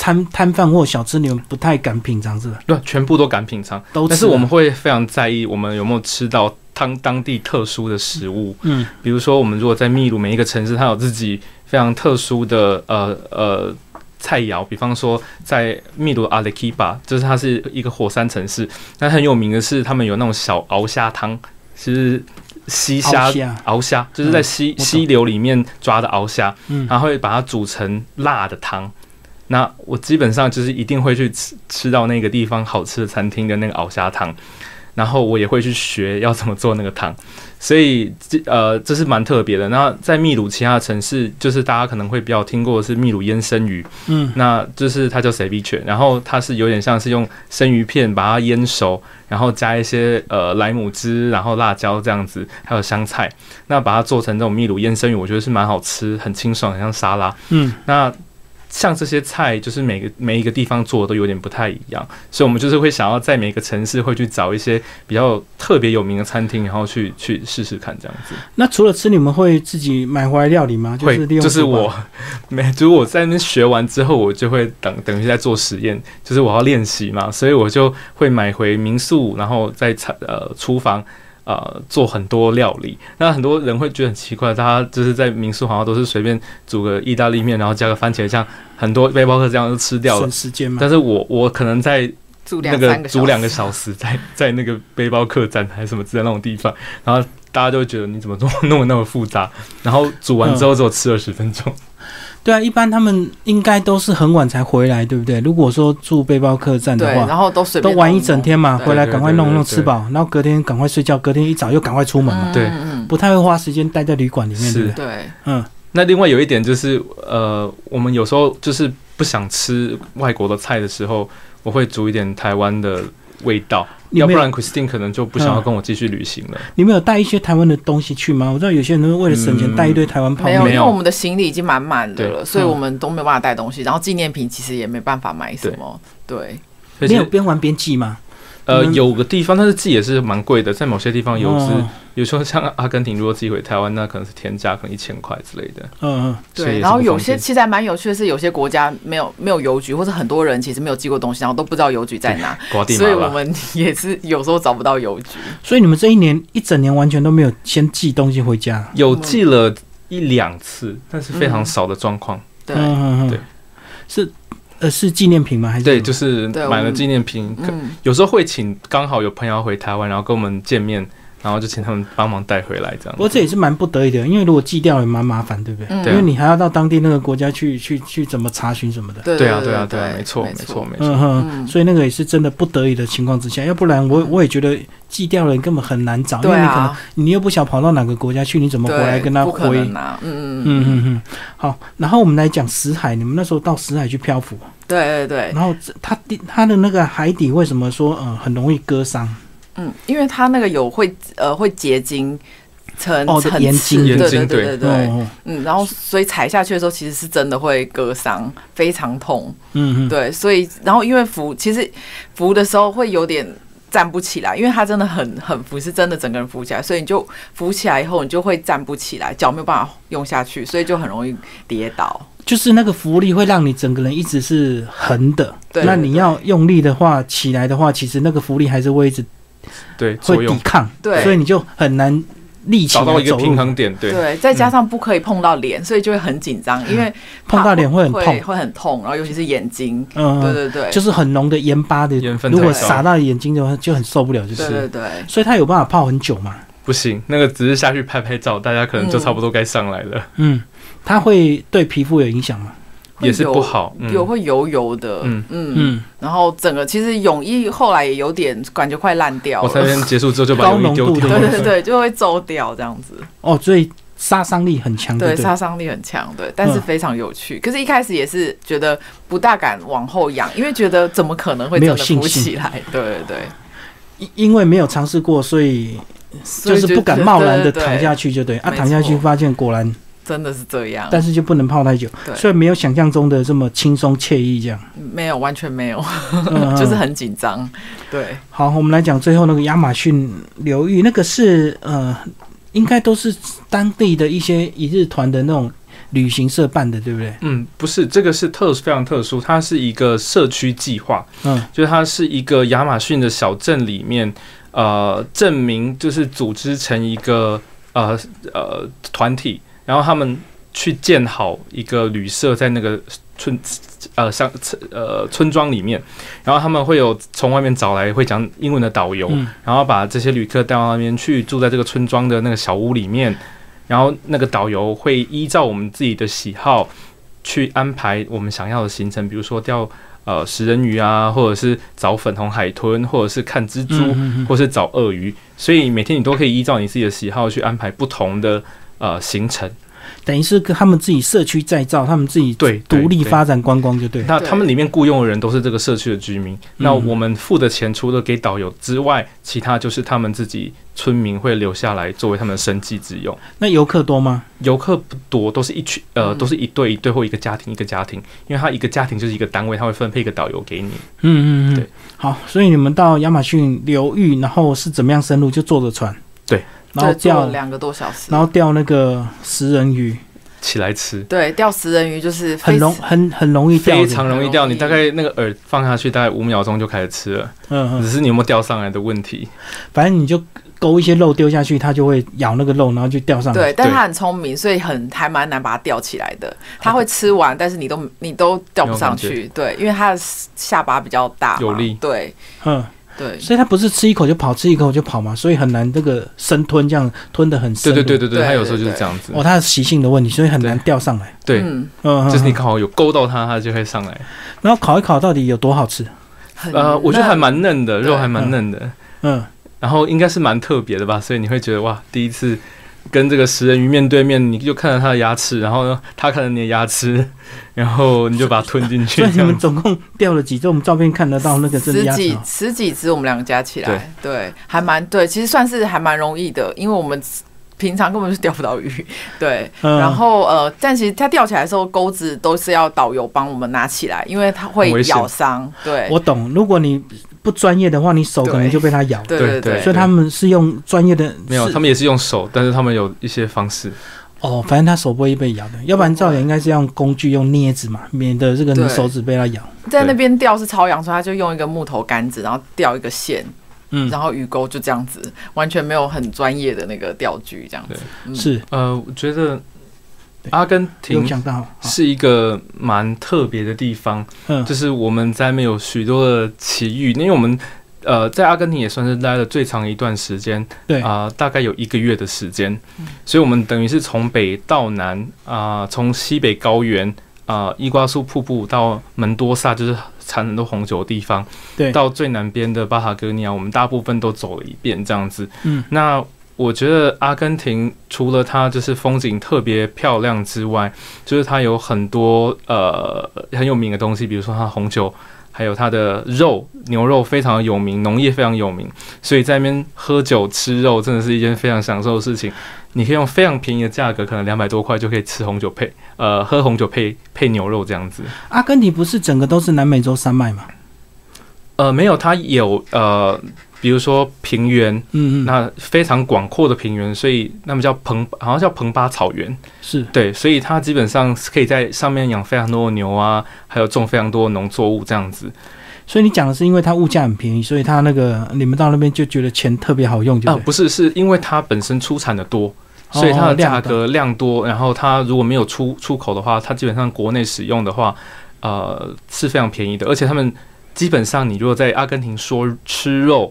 摊摊贩或小吃，你们不太敢品尝是吧？对，全部都啊敢品尝，都吃。啊但是我们，会非常在意我们有没有吃到当当地特殊的食物，嗯比如说我们如果在秘鲁每一个城市，它有自己非常特殊的呃呃。菜肴，比方说在秘鲁阿雷基巴，就是它是一个火山城市，那很有名的是他们有那种小鳌虾汤，是西虾鳌虾鳌虾，就是在溪嗯我懂溪流里面抓的鳌虾，嗯，然后会把它煮成辣的汤。那我基本上就是一定会去吃吃到那个地方好吃的餐厅的那个鳌虾汤，然后我也会去学要怎么做那个汤，所以这呃这是蛮特别的。那在秘鲁其他的城市，就是大家可能会比较听过的是秘鲁腌生鱼，嗯那就是它叫 ceviche，然后它是有点像是用生鱼片把它腌熟，然后加一些呃莱姆汁，然后辣椒这样子，还有香菜，那把它做成这种秘鲁腌生鱼，我觉得是蛮好吃，很清爽，很像沙拉。嗯，那像这些菜，就是每个每一个地方做的都有点不太一样，所以我们就是会想要在每个城市会去找一些比较特别有名的餐厅，然后去去试试看这样子。那除了吃，你们会自己买回来料理吗？会是利用就是厨房我没，就是我在那边学完之后，我就会等等于是在做实验，就是我要练习嘛，所以我就会买回民宿，然后在餐呃厨房。呃，做很多料理，那很多人会觉得很奇怪，大家就是在民宿好像都是随便煮个意大利面，然后加个番茄酱，很多背包客这样就吃掉了省。时间嘛。但是我我可能在住那两三个个煮两个时啊小时， 在在那个背包客栈还是什么之类的那种地方，然后大家就会觉得你怎么弄弄得那 么复杂，然后煮完嗯之后只有吃二十分钟，对啊，一般他们应该都是很晚才回来，对不对？如果说住背包客栈对，的话，然后都随都便玩弄一整天嘛，对回来赶快弄对对弄对吃饱，然后隔天赶快睡觉，隔天一早又赶快出门嘛，嗯对嗯不太会花时间待在旅馆里面，是对不对？对，嗯，那另外有一点就是，呃，我们有时候就是不想吃外国的菜的时候，我会煮一点台湾的味道，你要们不有嗯然 Christine 可能就不想要跟我继续旅行了。你们有带一些台湾的东西去吗？我知道有些人会为了省钱嗯带一堆台湾泡没面有，，没因为有我们的行李已经满满的对了，所嗯以我们都没有办法带东西，然后纪念品其实也没办法买什对么，对，而你有嗯且边玩边寄吗？呃，你们有个地方，但是寄也是蛮贵的，在某些地方哦有是嗯有时候像阿根廷，如果自己回台湾，那可能是天价，可能一千块之类的。嗯嗯，所对，以也是然后不有方些便其实还蛮有趣的是，有些国家没有没有邮局，或者很多人其实没有寄过东西，然后都不知道邮局在哪，瓜地马所拉以我们也是有时候找不到邮局。所以你们这一年一整年完全都没有先寄东西回家。有寄了一两次，但是非常少的状况。对，嗯嗯对嗯，是呃是纪念品吗？还是对，什么就是对买我了们纪念品，可嗯，有时候会请刚好有朋友回台湾，然后跟我们见面，然后就请他们帮忙带回来这样不。过这也是蛮不得已的，因为如果寄掉也蛮麻烦，对不对？嗯因为对啊你还要到当地那个国家去去去怎么查询什么的。对对啊，对对啊，对对啊，没错，没错，，没错嗯。哼，嗯所以那个也是真的不得已的情况之下，要不然我我也觉得寄掉了你根本很难找，因对为你可能啊，你又不想跑到哪个国家去，你怎么回来对，跟他不可回？能啊，嗯嗯嗯嗯，嗯嗯，好，然后我们来讲死海，你们那时候到死海去漂浮，对对对。然后这它地它的那个海底为什么说呃很容易割伤？嗯，因为它那个有会呃会结晶成哦层盐晶次，对盐对晶对对对对，哦，嗯，然后所以踩下去的时候其实是真的会割伤，非常痛，嗯嗯，对，所以然后因为扶其实扶的时候会有点。站不起来，因为它真的很很扶，是真的整个人扶起来，所以你就扶起来以后，你就会站不起来，脚没有办法用下去，所以就很容易跌倒。就是那个浮力会让你整个人一直是横的，对那你要用力的话，起来的话，其实那个浮力还是会一直对，作会抵用抗，对所以你就很难立起找来到一个走平路，衡点，对，对，再加上不可以碰到脸，所以就会很紧张，因为怕嗯碰到脸会很会痛会很痛，然后尤其是眼睛，嗯，对对对，就是很浓的盐巴的，盐分如果太高撒到眼睛的话就很受不了，就是对对对，所以他有办法泡很久嘛，不行，那个只是下去拍拍照，大家可能就差不多该上来了，嗯，它会对皮肤有影响嘛，会也是油不，好，嗯有会油油的，嗯嗯嗯，然后整个其实泳衣后来也有点感觉快烂掉我在那了，边结束之后就把高泳衣浓丢度的掉对东了，西对对，就会皱掉这样子，哦，所以杀伤力很强，对，嗯对杀伤力很强，对，但是嗯非常有趣。可是，一开始也是觉得不大敢往后仰，因为觉得怎么可能会没真有的信浮心起来？对对对，因因为没有尝试过，所以所就以是不敢贸然的对对躺对下去，就对啊，没躺下去错发现果然，真的是这样，但是就不能泡太久，对所以没有想象中的这么轻松惬意 这样，没有，完全没有，嗯就是嗯很紧张。对，好。我们来讲最后那个亚马逊流域，那个是呃，应该都是当地的一些一日团的那种旅行社办的，对不对？嗯，不是，这个是特非常特殊，它是一个社区计划，嗯就是它是一个亚马逊的小镇里面，呃，证明就是组织成一个呃呃团体，然后他们去建好一个旅社，在那个村呃乡呃村庄里面，然后他们会有从外面找来会讲英文的导游，嗯然后把这些旅客带到那边去，住在这个村庄的那个小屋里面，然后那个导游会依照我们自己的喜好去安排我们想要的行程，比如说钓呃食人鱼啊，或者是找粉红海豚，或者是看蜘蛛，嗯嗯或是找鳄鱼，所以每天你都可以依照你自己的喜好去安排不同的呃行程。等于是跟他们自己社区再造，他们自己对对独立对发展观光就对。那对他们里面雇佣的人都是这个社区的居民，那嗯我们付的钱除了给导游之外，其他就是他们自己村民会留下来作为他们的生计之用。那游客多吗？游客不多，都是一群呃，嗯都是一对一对或一个家庭一个家庭，因为他一个家庭就是一个单位，他会分配一个导游给你。嗯嗯嗯对，好，所以你们到亚马逊流域，然后是怎么样深入？就坐着船，对，然后对坐钓了，两个多小时，然后钓那个食人鱼，起来吃，对钓食人鱼就是非很容很很容易钓非的，常容易掉，你大概那个饵放下去大概五秒钟就开始吃了，嗯只嗯，是你有没有钓上来的问题。反正你就勾一些肉丢下去，它就会咬那个肉，然后就钓上来。对，但对它很聪明，所以很还蛮难把它吊起来的。它会吃完，但是你都你都吊不上没有去，对，因为它的下巴比较大嘛，有力对嗯，对所以它不是吃一口就跑，吃一口就跑嘛，所以很难这个生吞，这样吞的很深对入。对对对对，对他有时候就是这样子哦，。它的习性的问题，所以很难对钓上来。对，嗯，嗯，嗯就是你嗯刚好有勾到它，它就会上来。然后烤一烤，到底有多好吃？很呃，我觉得还嫩蛮嫩的，对肉还蛮嫩的，嗯，然后应该是蛮特别的吧，所以你会觉得哇，第一次跟这个食人鱼面对面，你就看到它的牙齿，然后呢，它看到你的牙齿，然后你就把它吞进去 所以。你这们样子总共钓了几只？我们照片看得到那个真的十鸭几子。哦十几只，我们两个加起来，对，还蛮对，其实算是还蛮容易的，因为我们平常根本就钓不到鱼，对，嗯然后呃，但其实它吊起来的时候，钩子都是要导游帮我们拿起来，因为它会很危险咬伤。对，我懂，如果你不专业的话，你手可能对就被它咬了。对对对对所以他们是用专业的，没有，是他们也是用手，但是他们有一些方式。哦，反正他手不会被咬的，要不然照理应该是要用工具，用镊子嘛，免得这个你对手指被它咬。在那边钓是超阳春，他就用一个木头杆子，然后吊一个线，嗯，然后鱼钩就这样子，完全没有很专业的那个钓具这样子对。嗯是呃，我觉得对阿根有啊廷想到，好是一个蛮特别的地方，嗯就是我们在那边有许多的奇遇，因为我们呃在阿根廷也算是待了最长一段时间，对啊、大概有一个月的时间，所以我们等于是从北到南啊、从西北高原啊、伊瓜苏瀑布到门多萨，就是产很多红酒的地方，对到最南边的巴塔哥尼亚，我们大部分都走了一遍这样子。嗯，那我觉得阿根廷除了它就是风景特别漂亮之外，就是它有很多呃很有名的东西，比如说它红酒，还还有它的肉，牛肉非常有名，农业非常有名，所以在那边喝酒吃肉真的是一件非常享受的事情。你可以用非常便宜的价格，可能两百多块就可以吃红酒配呃 喝红酒配配牛肉这样子。阿根廷不是整个都是南美洲山脉嘛？呃，没有，它有呃，比如说平原，嗯嗯，那非常广阔的平原，所以那么叫蓬，好像叫蓬巴草原。是对，所以它基本上是可以在上面养非常多的牛啊，还有种非常多的农作物这样子。所以你讲的是因为它物价很便宜，所以它那个你们到那边就觉得钱特别好用，就啊，对不是，是因为它本身出产的多，哦所以它的量大价格量多，然后它如果没有出出口的话，它基本上国内使用的话，呃，是非常便宜的。而且他们基本上，你如果在阿根廷说吃肉，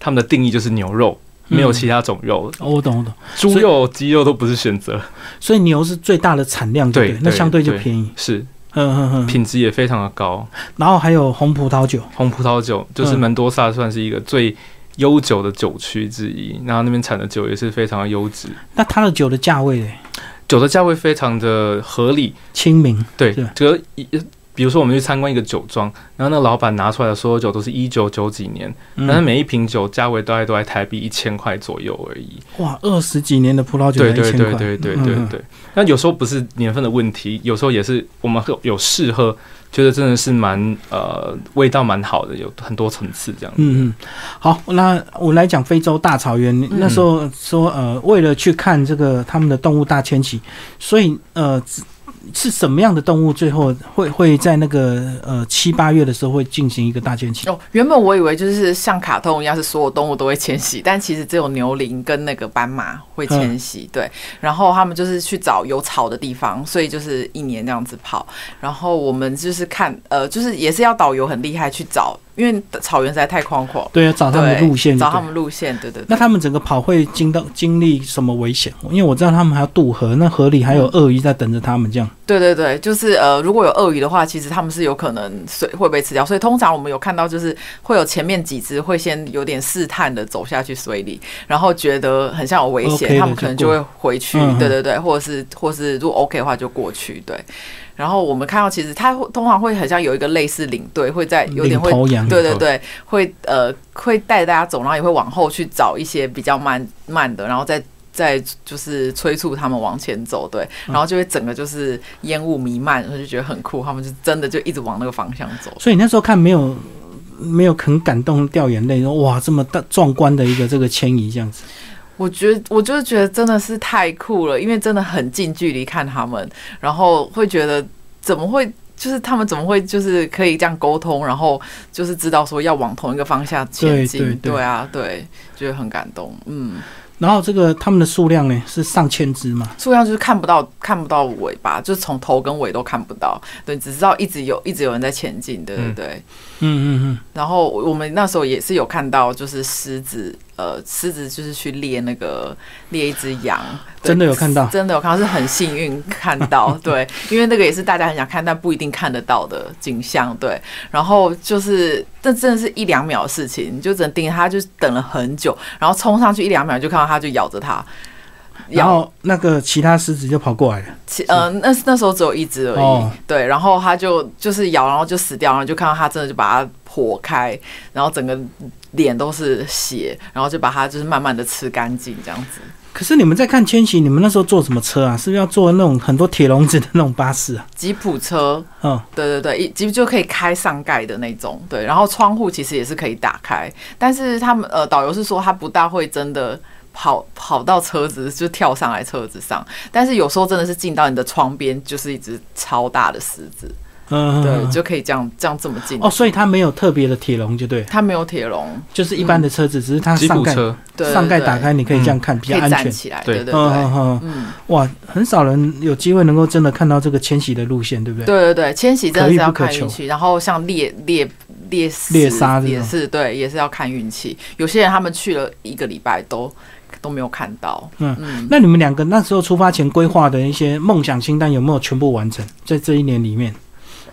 他们的定义就是牛肉，没有其他种肉，哦，我懂我懂。嗯猪肉、鸡肉都不是选择，所以牛是最大的产量，对不对对？那对相对就对便宜。是嗯嗯嗯。品质也非常的高。然后还有红葡萄酒，红葡萄酒就是嗯门多萨算是一个最悠久的酒区之一，然后那边产的酒也是非常的优质，那它的酒的价位嘞？酒的价位非常的合理，亲民，对是，这个一。比如说，我们去参观一个酒庄，然后那个老板拿出来的所有酒都是一九九几年，但是嗯，每一瓶酒价位大概都在台币一千块左右而已。哇，二十几年的葡萄酒对才对一千对块，对对嗯对嗯对。那有时候不是年份的问题，有时候也是我们有有试喝，觉得真的是蛮呃味道蛮好的，有很多层次这样子。嗯嗯，好，那我来讲非洲大草原。那时候说，呃，为了去看这个他们的动物大迁徙，所以呃，只是什么样的动物最后会会在那个呃七八月的时候会进行一个大迁徙？哦，原本我以为就是像卡通一样，是所有动物都会迁徙，但其实只有牛羚跟那个斑马会嗯迁徙。对，然后他们就是去找有草的地方，所以就是一年这样子跑。然后我们就是看，呃，就是也是要导游很厉害去找，因为草原实在太宽阔了。对啊，找他们的对路线就找对他了。们路线，对对对那。他们整个跑会经到经历什么危险？因为我知道他们还要渡河，那河里还有鳄鱼在等着他们，这样。对对对，就是呃，如果有鳄鱼的话，其实它们是有可能水会被吃掉，所以通常我们有看到就是会有前面几只会先有点试探的走下去水里，然后觉得很像有危 OK 险，了它们可能就会回去，就过嗯对对对，或者是或是如果 OK 的话就过去，对。然后我们看到其实它会通常会很像有一个类似领队会在有点领会头羊，对对对，会呃会带大家走，然后也会往后去找一些比较慢慢的，然后再再就是催促他们往前走，对，嗯然后就会整个就是烟雾弥漫，然后就觉得很酷，他们就真的就一直往那个方向走。所以你那时候看没有没有很感动掉眼泪，说哇这么大壮观的一个这个迁移这样子。我觉得我就是觉得真的是太酷了，因为真的很近距离看他们，然后会觉得怎么会。就是他们怎么会就是可以这样沟通，然后就是知道说要往同一个方向前对进，对对对啊，对，觉得很感动，嗯。然后这个它们的数量呢是上千只嘛，数量就是看不到看不到尾巴，就是从头跟尾都看不到，对，只知道一直有一直有人在前进，对对嗯对。嗯嗯然后我们那时候也是有看到，就是狮子，呃，狮子就是去猎那个猎一只羊，对真的有看到真的有看到，是很幸运看 到，对，因为那个也是大家很想看，但不一定看得到的景象，对。然后就是这真的是一两秒的事情，你就只能盯着它，就等了很久，然后冲上去一两秒就看到它就咬着它，嗯，然咬后那个其他狮子就跑过来了，其呃，那那时候只有一只而已，哦对，然后它就就是咬，然后就死掉，然后就看到它真的就把它剖开，然后整个脸都是血，然后就把它就是慢慢的吃干净这样子。可是你们在看迁徙，你们那时候坐什么车啊？是不是要坐那种很多铁笼子的那种巴士啊？吉普车，嗯，对对对，一吉普就可以开上盖的那种，对，然后窗户其实也是可以打开，但是他们呃导游是说他不大会真的。跑跑到车子就跳上来车子上，但是有时候真的是进到你的窗边，就是一只超大的狮子，嗯，对，嗯就可以这样这样这么近哦，所以它没有特别的铁笼，就对，它没有铁笼，就是一般的车子，只是它吉上普盖车，对对上盖对打开，你可以这样看，比可较以安站全。起来，对对对嗯对。嗯嗯，嗯，哇，很少人有机会能够真的看到这个迁徙的路线，对不对？对对对，迁徙真的是要看可遇不运可气，然后像猎猎猎食猎杀这种也是对，也是要看运气。有些人他们去了一个礼拜都都没有看到，嗯嗯，那你们两个那时候出发前规划的一些梦想清单有没有全部完成？在这一年里面，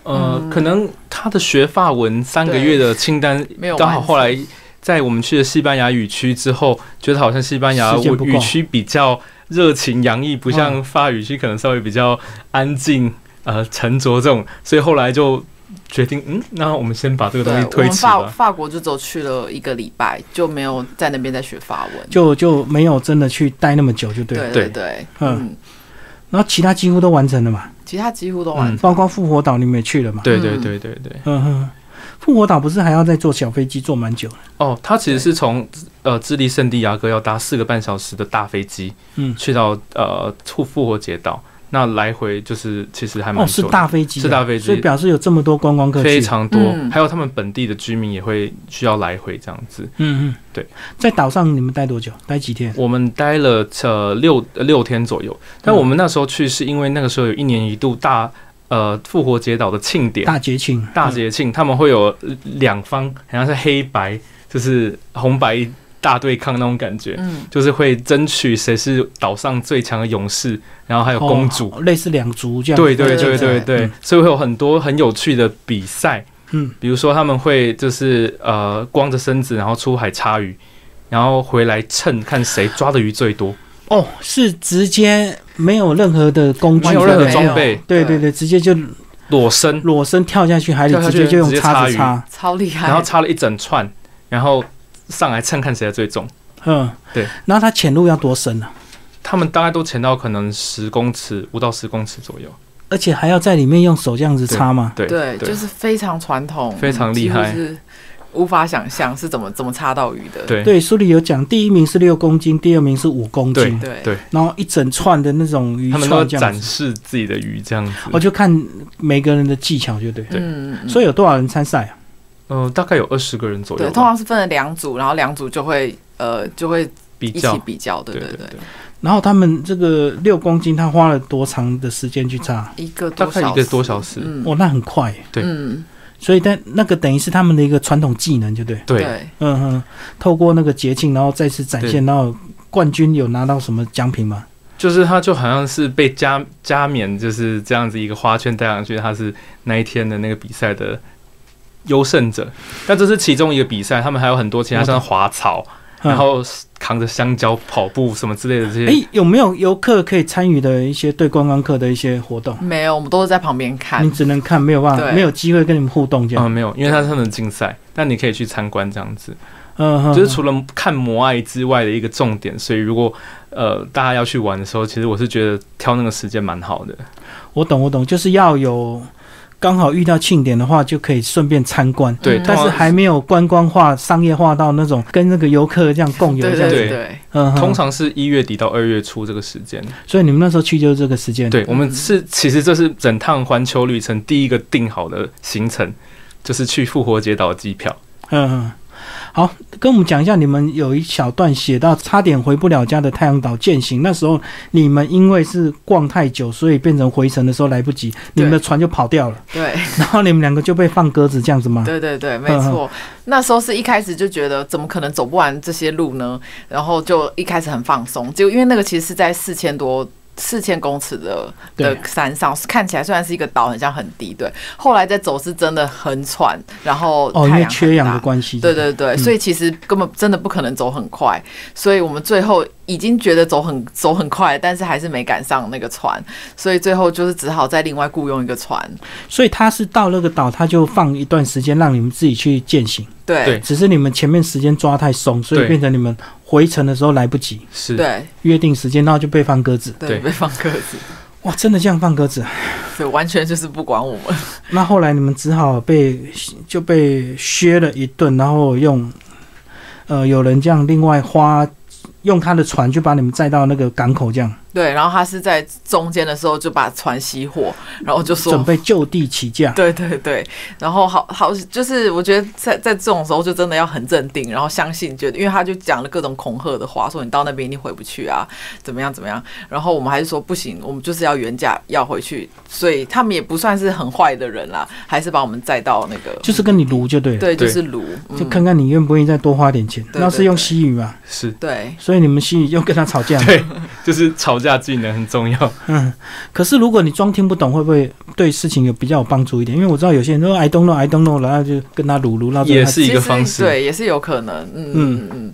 呃，可能他的学法文三个月的清单没有刚好完后来在我们去了西班牙语区之后，觉得好像西班牙时间不够嗯语区比较热情洋溢，不像法语区可能稍微比较安静、呃沉着这种，所以后来就决定，嗯，那我们先把这个东对西，我推们迟法吧。法国就只有去了一个礼拜，就没有在那边再学法文。就就没有真的去待那么久，就对了。对对对，嗯嗯，然后其他几乎都完成了嘛，其他几乎都完嗯包括复活岛你们也去了嘛。对对嗯对对对。嗯哼，复活岛不是还要再坐小飞机坐蛮久的？哦，它其实是从呃智利圣地亚哥要搭四个半小时的大飞机嗯，去到呃复复活节岛，那来回就是其实还蛮哦，是久的。大飞机啊，是大飞机所以表示有这么多观光客去。非常多，嗯还有他们本地的居民也会需要来回这样子。嗯嗯，对，在岛上你们待多久？待几天？我们待了呃六呃六天左右，但嗯我们那时候去是因为那个时候有一年一度大呃复活节岛的庆典大节庆，大节庆，他们会有两方好像是黑白，就是红白大对抗那种感觉，嗯，就是会争取谁是岛上最强的勇士，然后还有公主。哦类似两族这样。对对对对对对对对嗯，所以会有很多很有趣的比赛，嗯，比如说他们会就是呃光着身子，然后出海叉鱼，然后回来称看谁抓的鱼最多，哦，是直接没有任何的工具，没有任何没有装备，对对对，直接就裸身，裸身跳下去海里，跳下直去接就用直接叉子插插。超厉害。然后插了一整串，然后上来称看谁的最重。嗯，对。然后它潜入要多深啊？他们大概都潜到可能十公尺，五到十公尺左右。而且还要在里面用手这样子插吗？对对，对就是非常传统，非常厉几害乎是无法想象是怎么怎么插到鱼的。对对，书里有讲，第一名是六公斤，第二名是五公斤，对对，然后一整串的那种鱼他们都串这展样子，示自己的鱼这样子。我就看每个人的技巧就对。对嗯，嗯所以有多少人参赛啊？呃，大概有二十个人左右对，吧，通常是分了两组，然后两组就会呃就会比一起较。比较，对对对对，然后他们这个六公斤，他花了多长的时间去插？一个大多概小一个多小时。嗯哦，那很快耶。对嗯所以但那个等于是他们的一个传统技能，就对。对，对，嗯哼，透过那个捷径，然后再次展现。然后冠军有拿到什么奖品吗？就是他就好像是被加加冕，就是这样子一个花圈带上去，他是那一天的那个比赛的优胜者。但这是其中一个比赛，他们还有很多其他像滑草，嗯哎然后扛着香蕉跑步什么之类的这些。诶，有没有游客可以参与的一些对观光客的一些活动？没有，我们都是在旁边看你。只能看，没有办法，对没有机会跟你们互动这样。嗯，没有，因为它是他们的竞赛，但你可以去参观这样子。嗯哼，就是除了看摩爱之外的一个重点，所以如果呃大家要去玩的时候，其实我是觉得挑那个时间蛮好的。我懂我懂，就是要有刚好遇到庆典的话，就可以顺便参观。嗯对，通但是常还没有观光化、商业化到那种跟那个游客这样共游对这样子。对对对对，嗯哼，通常是一月底到二月初这个时间。所以你们那时候去就是这个时间。对，我们是其实这是整趟环球旅程第一个定好的行程，就是去复活节岛的机票。嗯哼，好，跟我们讲一下，你们有一小段写到差点回不了家的太阳岛践行，那时候你们因为是逛太久，所以变成回程的时候来不及，你们的船就跑 掉了，对然后你们两个就被放鸽子这样子吗？对对对，没嗯错。那时候是一开始就觉得怎么可能走不完这些路呢？然后就一开始很放松，结果因为那个其实是在四千多。四千公尺的对的山上，看起来虽然是一个岛，很像很低，对。后来再走是真的很喘，然后哦，因太为阳缺很氧大的关系。对对对，嗯所以其实根本真的不可能走很快，所以我们最后已经觉得走很走很快，但是还是没赶上那个船，所以最后就是只好再另外雇佣一个船。所以他是到那个岛，他就放一段时间让你们自己去践行，对对只是你们前面时间抓太松，所以对变成你们回程的时候来不及，是，对约定时间，然后就被放鸽子。对对被放鸽子，哇，真的这样放鸽子啊？对，完全就是不管我们。那后来你们只好被就被削了一顿，然后用呃有人这样另外花用他的船就把你们载到那个港口，这样对，然后他是在中间的时候就把船熄火，然后就准说。备就地起价。 对对对，然后好好就是我觉得在在这种时候就真的要很镇定，然后相信，觉得因为他就讲了各种恐吓的话，说你到那边一定回不去啊，怎么样怎么样。然后我们还是说不行，我们就是要原价要回去，所以他们也不算是很坏的人啦，还是把我们载到那个，就是跟你撸就对了，对，就对是炉，嗯就看看你愿不愿意再多花点钱。对那是对用对西语嘛，是， 对所以你们西语又跟他吵架。对，就是吵架技能很重要。 嗯，可是如果你装听不懂，会不会对事情有比较有帮助一点？因为我知道有些人说 I don't know, I don't know，然后就跟他撸撸，然后最后也他是一个方其实式对，也是有可能，嗯嗯嗯嗯，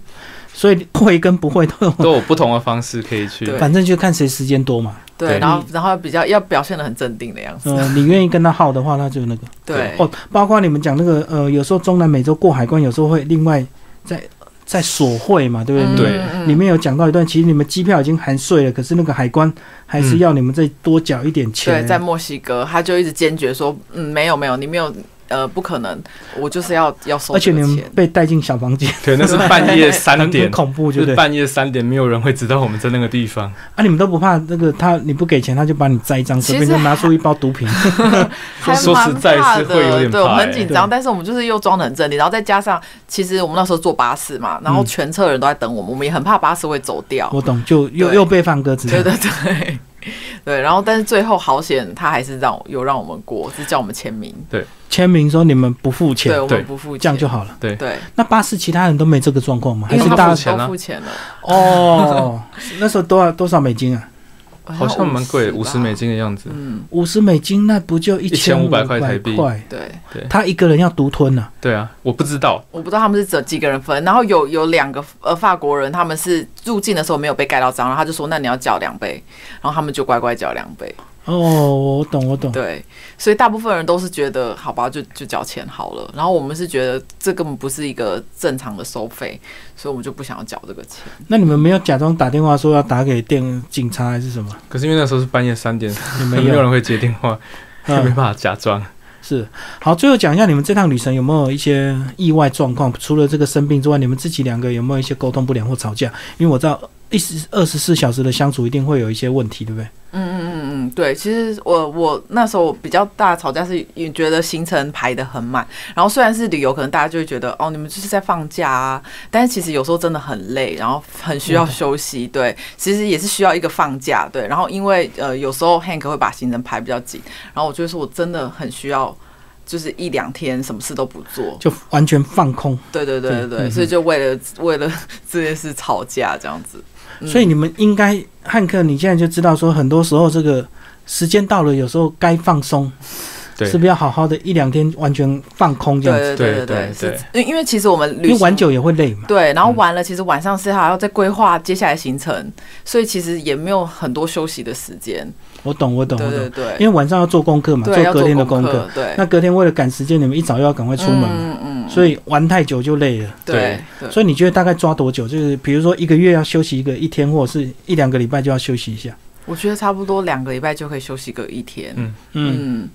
所以会跟不会都有， 都有不同的方式可以去对反正就看谁时间多嘛。对，对然后然后比较要表现的很镇定的样 子，呃，你愿意跟他耗的话，那就那个。对，哦，包括你们讲那个呃，有时候中南美洲过海关，有时候会另外在在索贿嘛，对不对？嗯你对嗯里面有讲到一段，其实你们机票已经含税了，可是那个海关还嗯是要你们再多缴一点钱。对，在墨西哥，他就一直坚决说，嗯，没有没有，你没有，呃，不可能，我就是要要收而且这你个们钱。被带进小房间，对，那是半夜 三很很点，恐怖，就对不是对？半夜 三点，没有人会知道我们在那个地方。啊，你们都不怕那个他，你不给钱，他就把你栽赃，其随实便就拿出一包毒 品。还说蛮实在怕是的，会有点对，我怕们欸很紧张，但是我们就是又装的很镇定，然后再加上，其实我们那时候坐巴士嘛，然后嗯全车人都在等我们，我们也很怕巴士会走掉，我懂，就又对又被放鸽子。对对对。 对，然后但是最后好险，他还是让我有让我们过，是叫我们签名，签名说你们不付对钱，我对们不付钱，这样就好了。对，那巴士其他人都没这个状况吗？还因为是他大们大付钱啊都付钱了，哦，那时候多少多少美金啊？好像蛮贵，五十吧美，金的样子。嗯，五十美金那不就一五1500块块台币对。他一个人要独吞呢、对啊，我不知道，我不知道他们是怎几个人分，然后有有两个呃法国人，他们是入境的时候没有被盖到章，然后他就说那你要缴两倍，然后他们就乖乖缴两倍。哦，我懂，我懂。对，所以大部分人都是觉得好吧，就就缴钱好了。然后我们是觉得这根本不是一个正常的收费，所以我们就不想要缴这个钱。那你们没有假装打电话说要打给电警察还是什么？可是因为那时候是半夜三点，你没 没有有，人会接电话，也 没嗯办，法假装。是。好，最后讲一下你们这趟旅程有没有一些意外状况？除了这个生病之外，你们自己两个有没有一些沟通不良或吵架？因为我知道一十二十四小时的相处一定会有一些问题，对不对？嗯嗯嗯嗯，对，其实我我那时候比较大的吵架是也觉得行程排得很满，然后虽然是旅游，可能大家就会觉得哦，你们就是在放假啊，但是其实有时候真的很累，然后很需要休息，对，其实也是需要一个放假，对，然后因为呃有时候 Hank 会把行程排比较紧，然后我就会说我真的很需要。就是一两天什么事都不做，就完全放空。对对对对对，嗯嗯所以就为了为了这件事吵架这样子。嗯所以你们应该，汉克，你现在就知道说，很多时候这个时间到了，有时候该放松，对是不是要好好的一两天完全放空这样子？对对对对对，是因对，为因为其实我们旅因为行玩久也会累嘛。对，然后嗯完了，其实晚上是还要再规划接下来行程，所以其实也没有很多休息的时间。我懂，我懂，嗯对我对懂。对，因为晚上要做功课嘛，对要隔天的功课。，对，那隔天为了赶时间，你们一早又要赶快出门嘛，嗯嗯，所以玩太久就累了。对对，所以你觉得大概抓多久？就是比如说一个月要休息一个一天，或者是一两个礼拜就要休息一下，我觉得差不多两个礼拜就可以休息个一天。嗯嗯，嗯，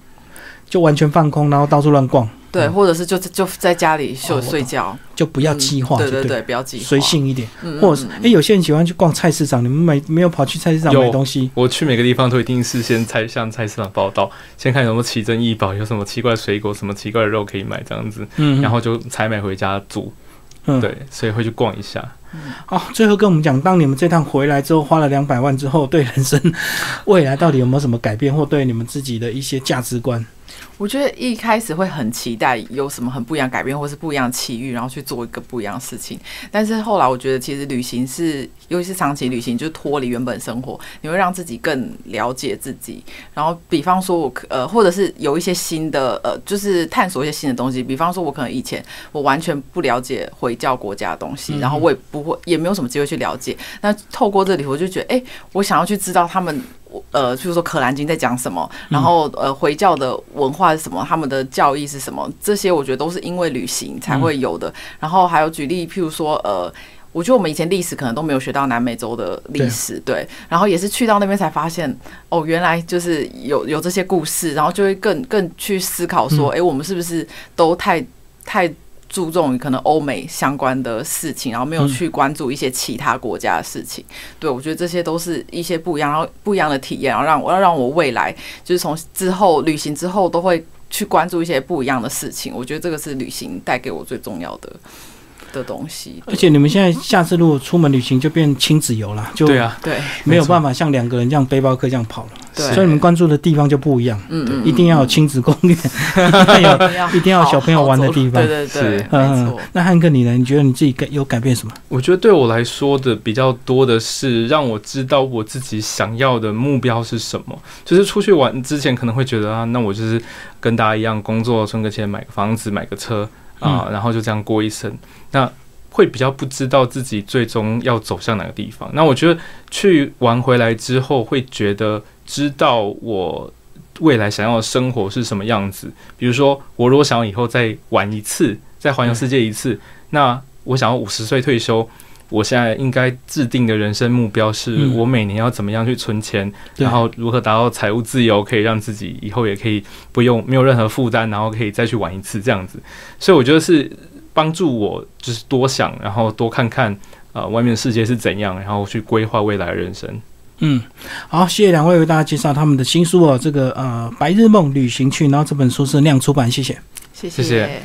就完全放空，然后到处乱逛，对，或者是就就在家嗯里哦休我懂睡觉，就不不要计划，嗯对就对，不要计划，随，性一点。嗯，或者是嗯哎、诶有些人喜欢去逛菜市场，你们没没有跑去菜市场有买东西？我去每个地方都一定是先菜向菜市场报道，先看有没有奇珍异宝，有什么奇怪的水果、什么奇怪的肉可以买这样子，嗯然后就采买回家煮。嗯，对，所以会去逛一下。哦，最后跟我们讲，当你们这趟回来之后，花了两百万之后，对人生未来到底有没有什么改变，或对你们自己的一些价值观？我觉得一开始会很期待有什么很不一样的改变，或是不一样的奇遇，然后去做一个不一样的事情。但是后来我觉得，其实旅行是，尤其是长期旅行，呃就脱离原本生活，你会让自己更了解自己。然后，比方说我可呃，或者是有一些新的呃，就是探索一些新的东西。比方说，我可能以前我完全不了解回教国家的东西，嗯然后我也不会，也没有什么机会去了解。那透过这里，我就觉得，哎、我想要去知道他们我呃，譬如说《可兰经》在讲什么，然后呃，回教的文化是什么，他们的教义是什么，这些我觉得都是因为旅行才会有的。然后还有举例，譬如说呃。我觉得我们以前历史可能都没有学到南美洲的历史，对，然后也是去到那边才发现，哦，原来就是有有这些故事，然后就会更更去思考嗯说，哎、我们是不是都太太注重于可能欧美相关的事情，然后没有嗯去关注一些其他国家的事情。对，我觉得这些都是一些不一样，然后不一样的体验，然后让我要让我未来就是从之后旅行之后都会去关注一些不一样的事情。我觉得这个是旅行带给我最重要的的东西。而且你们现在下次如果出门旅行，就变亲子游啦，就对啊，对没有没错办法像两个人这样背包客这样跑了。对，所以你们关注的地方就不一样，嗯嗯，一定要有嗯亲子攻 略，一定要有。嗯要一定要有小朋友玩的好好走路地方嗯对对对是，没错。那汉克你呢？你觉得你自己改有改变什么？我觉得对我来说的比较多的是让我知道我自己想要的目标是什么。就是出去玩之前可能会觉得啊，那我就是跟大家一样工作，存个钱，买个房子，买个车啊，然后就这样过一生。那会比较不知道自己最终要走向哪个地方。那我觉得去玩回来之后，会觉得知道我未来想要的生活是什么样子。比如说，我如果想要以后再玩一次，再环游世界一次，那我想要五十岁退休。我现在应该制定的人生目标是嗯我每年要怎么样去存钱，对然后如何达到财务自由，可以让自己以后也可以不用没有任何负担，然后可以再去玩一次这样子。所以我觉得是帮助我，就是多想，然后多看看呃外面的世界是怎样，然后去规划未来的人生。嗯，好，谢谢两位为大家介绍他们的新书哦，这个呃《白日梦旅行去》，然后这本书是亮出版，谢谢。谢谢谢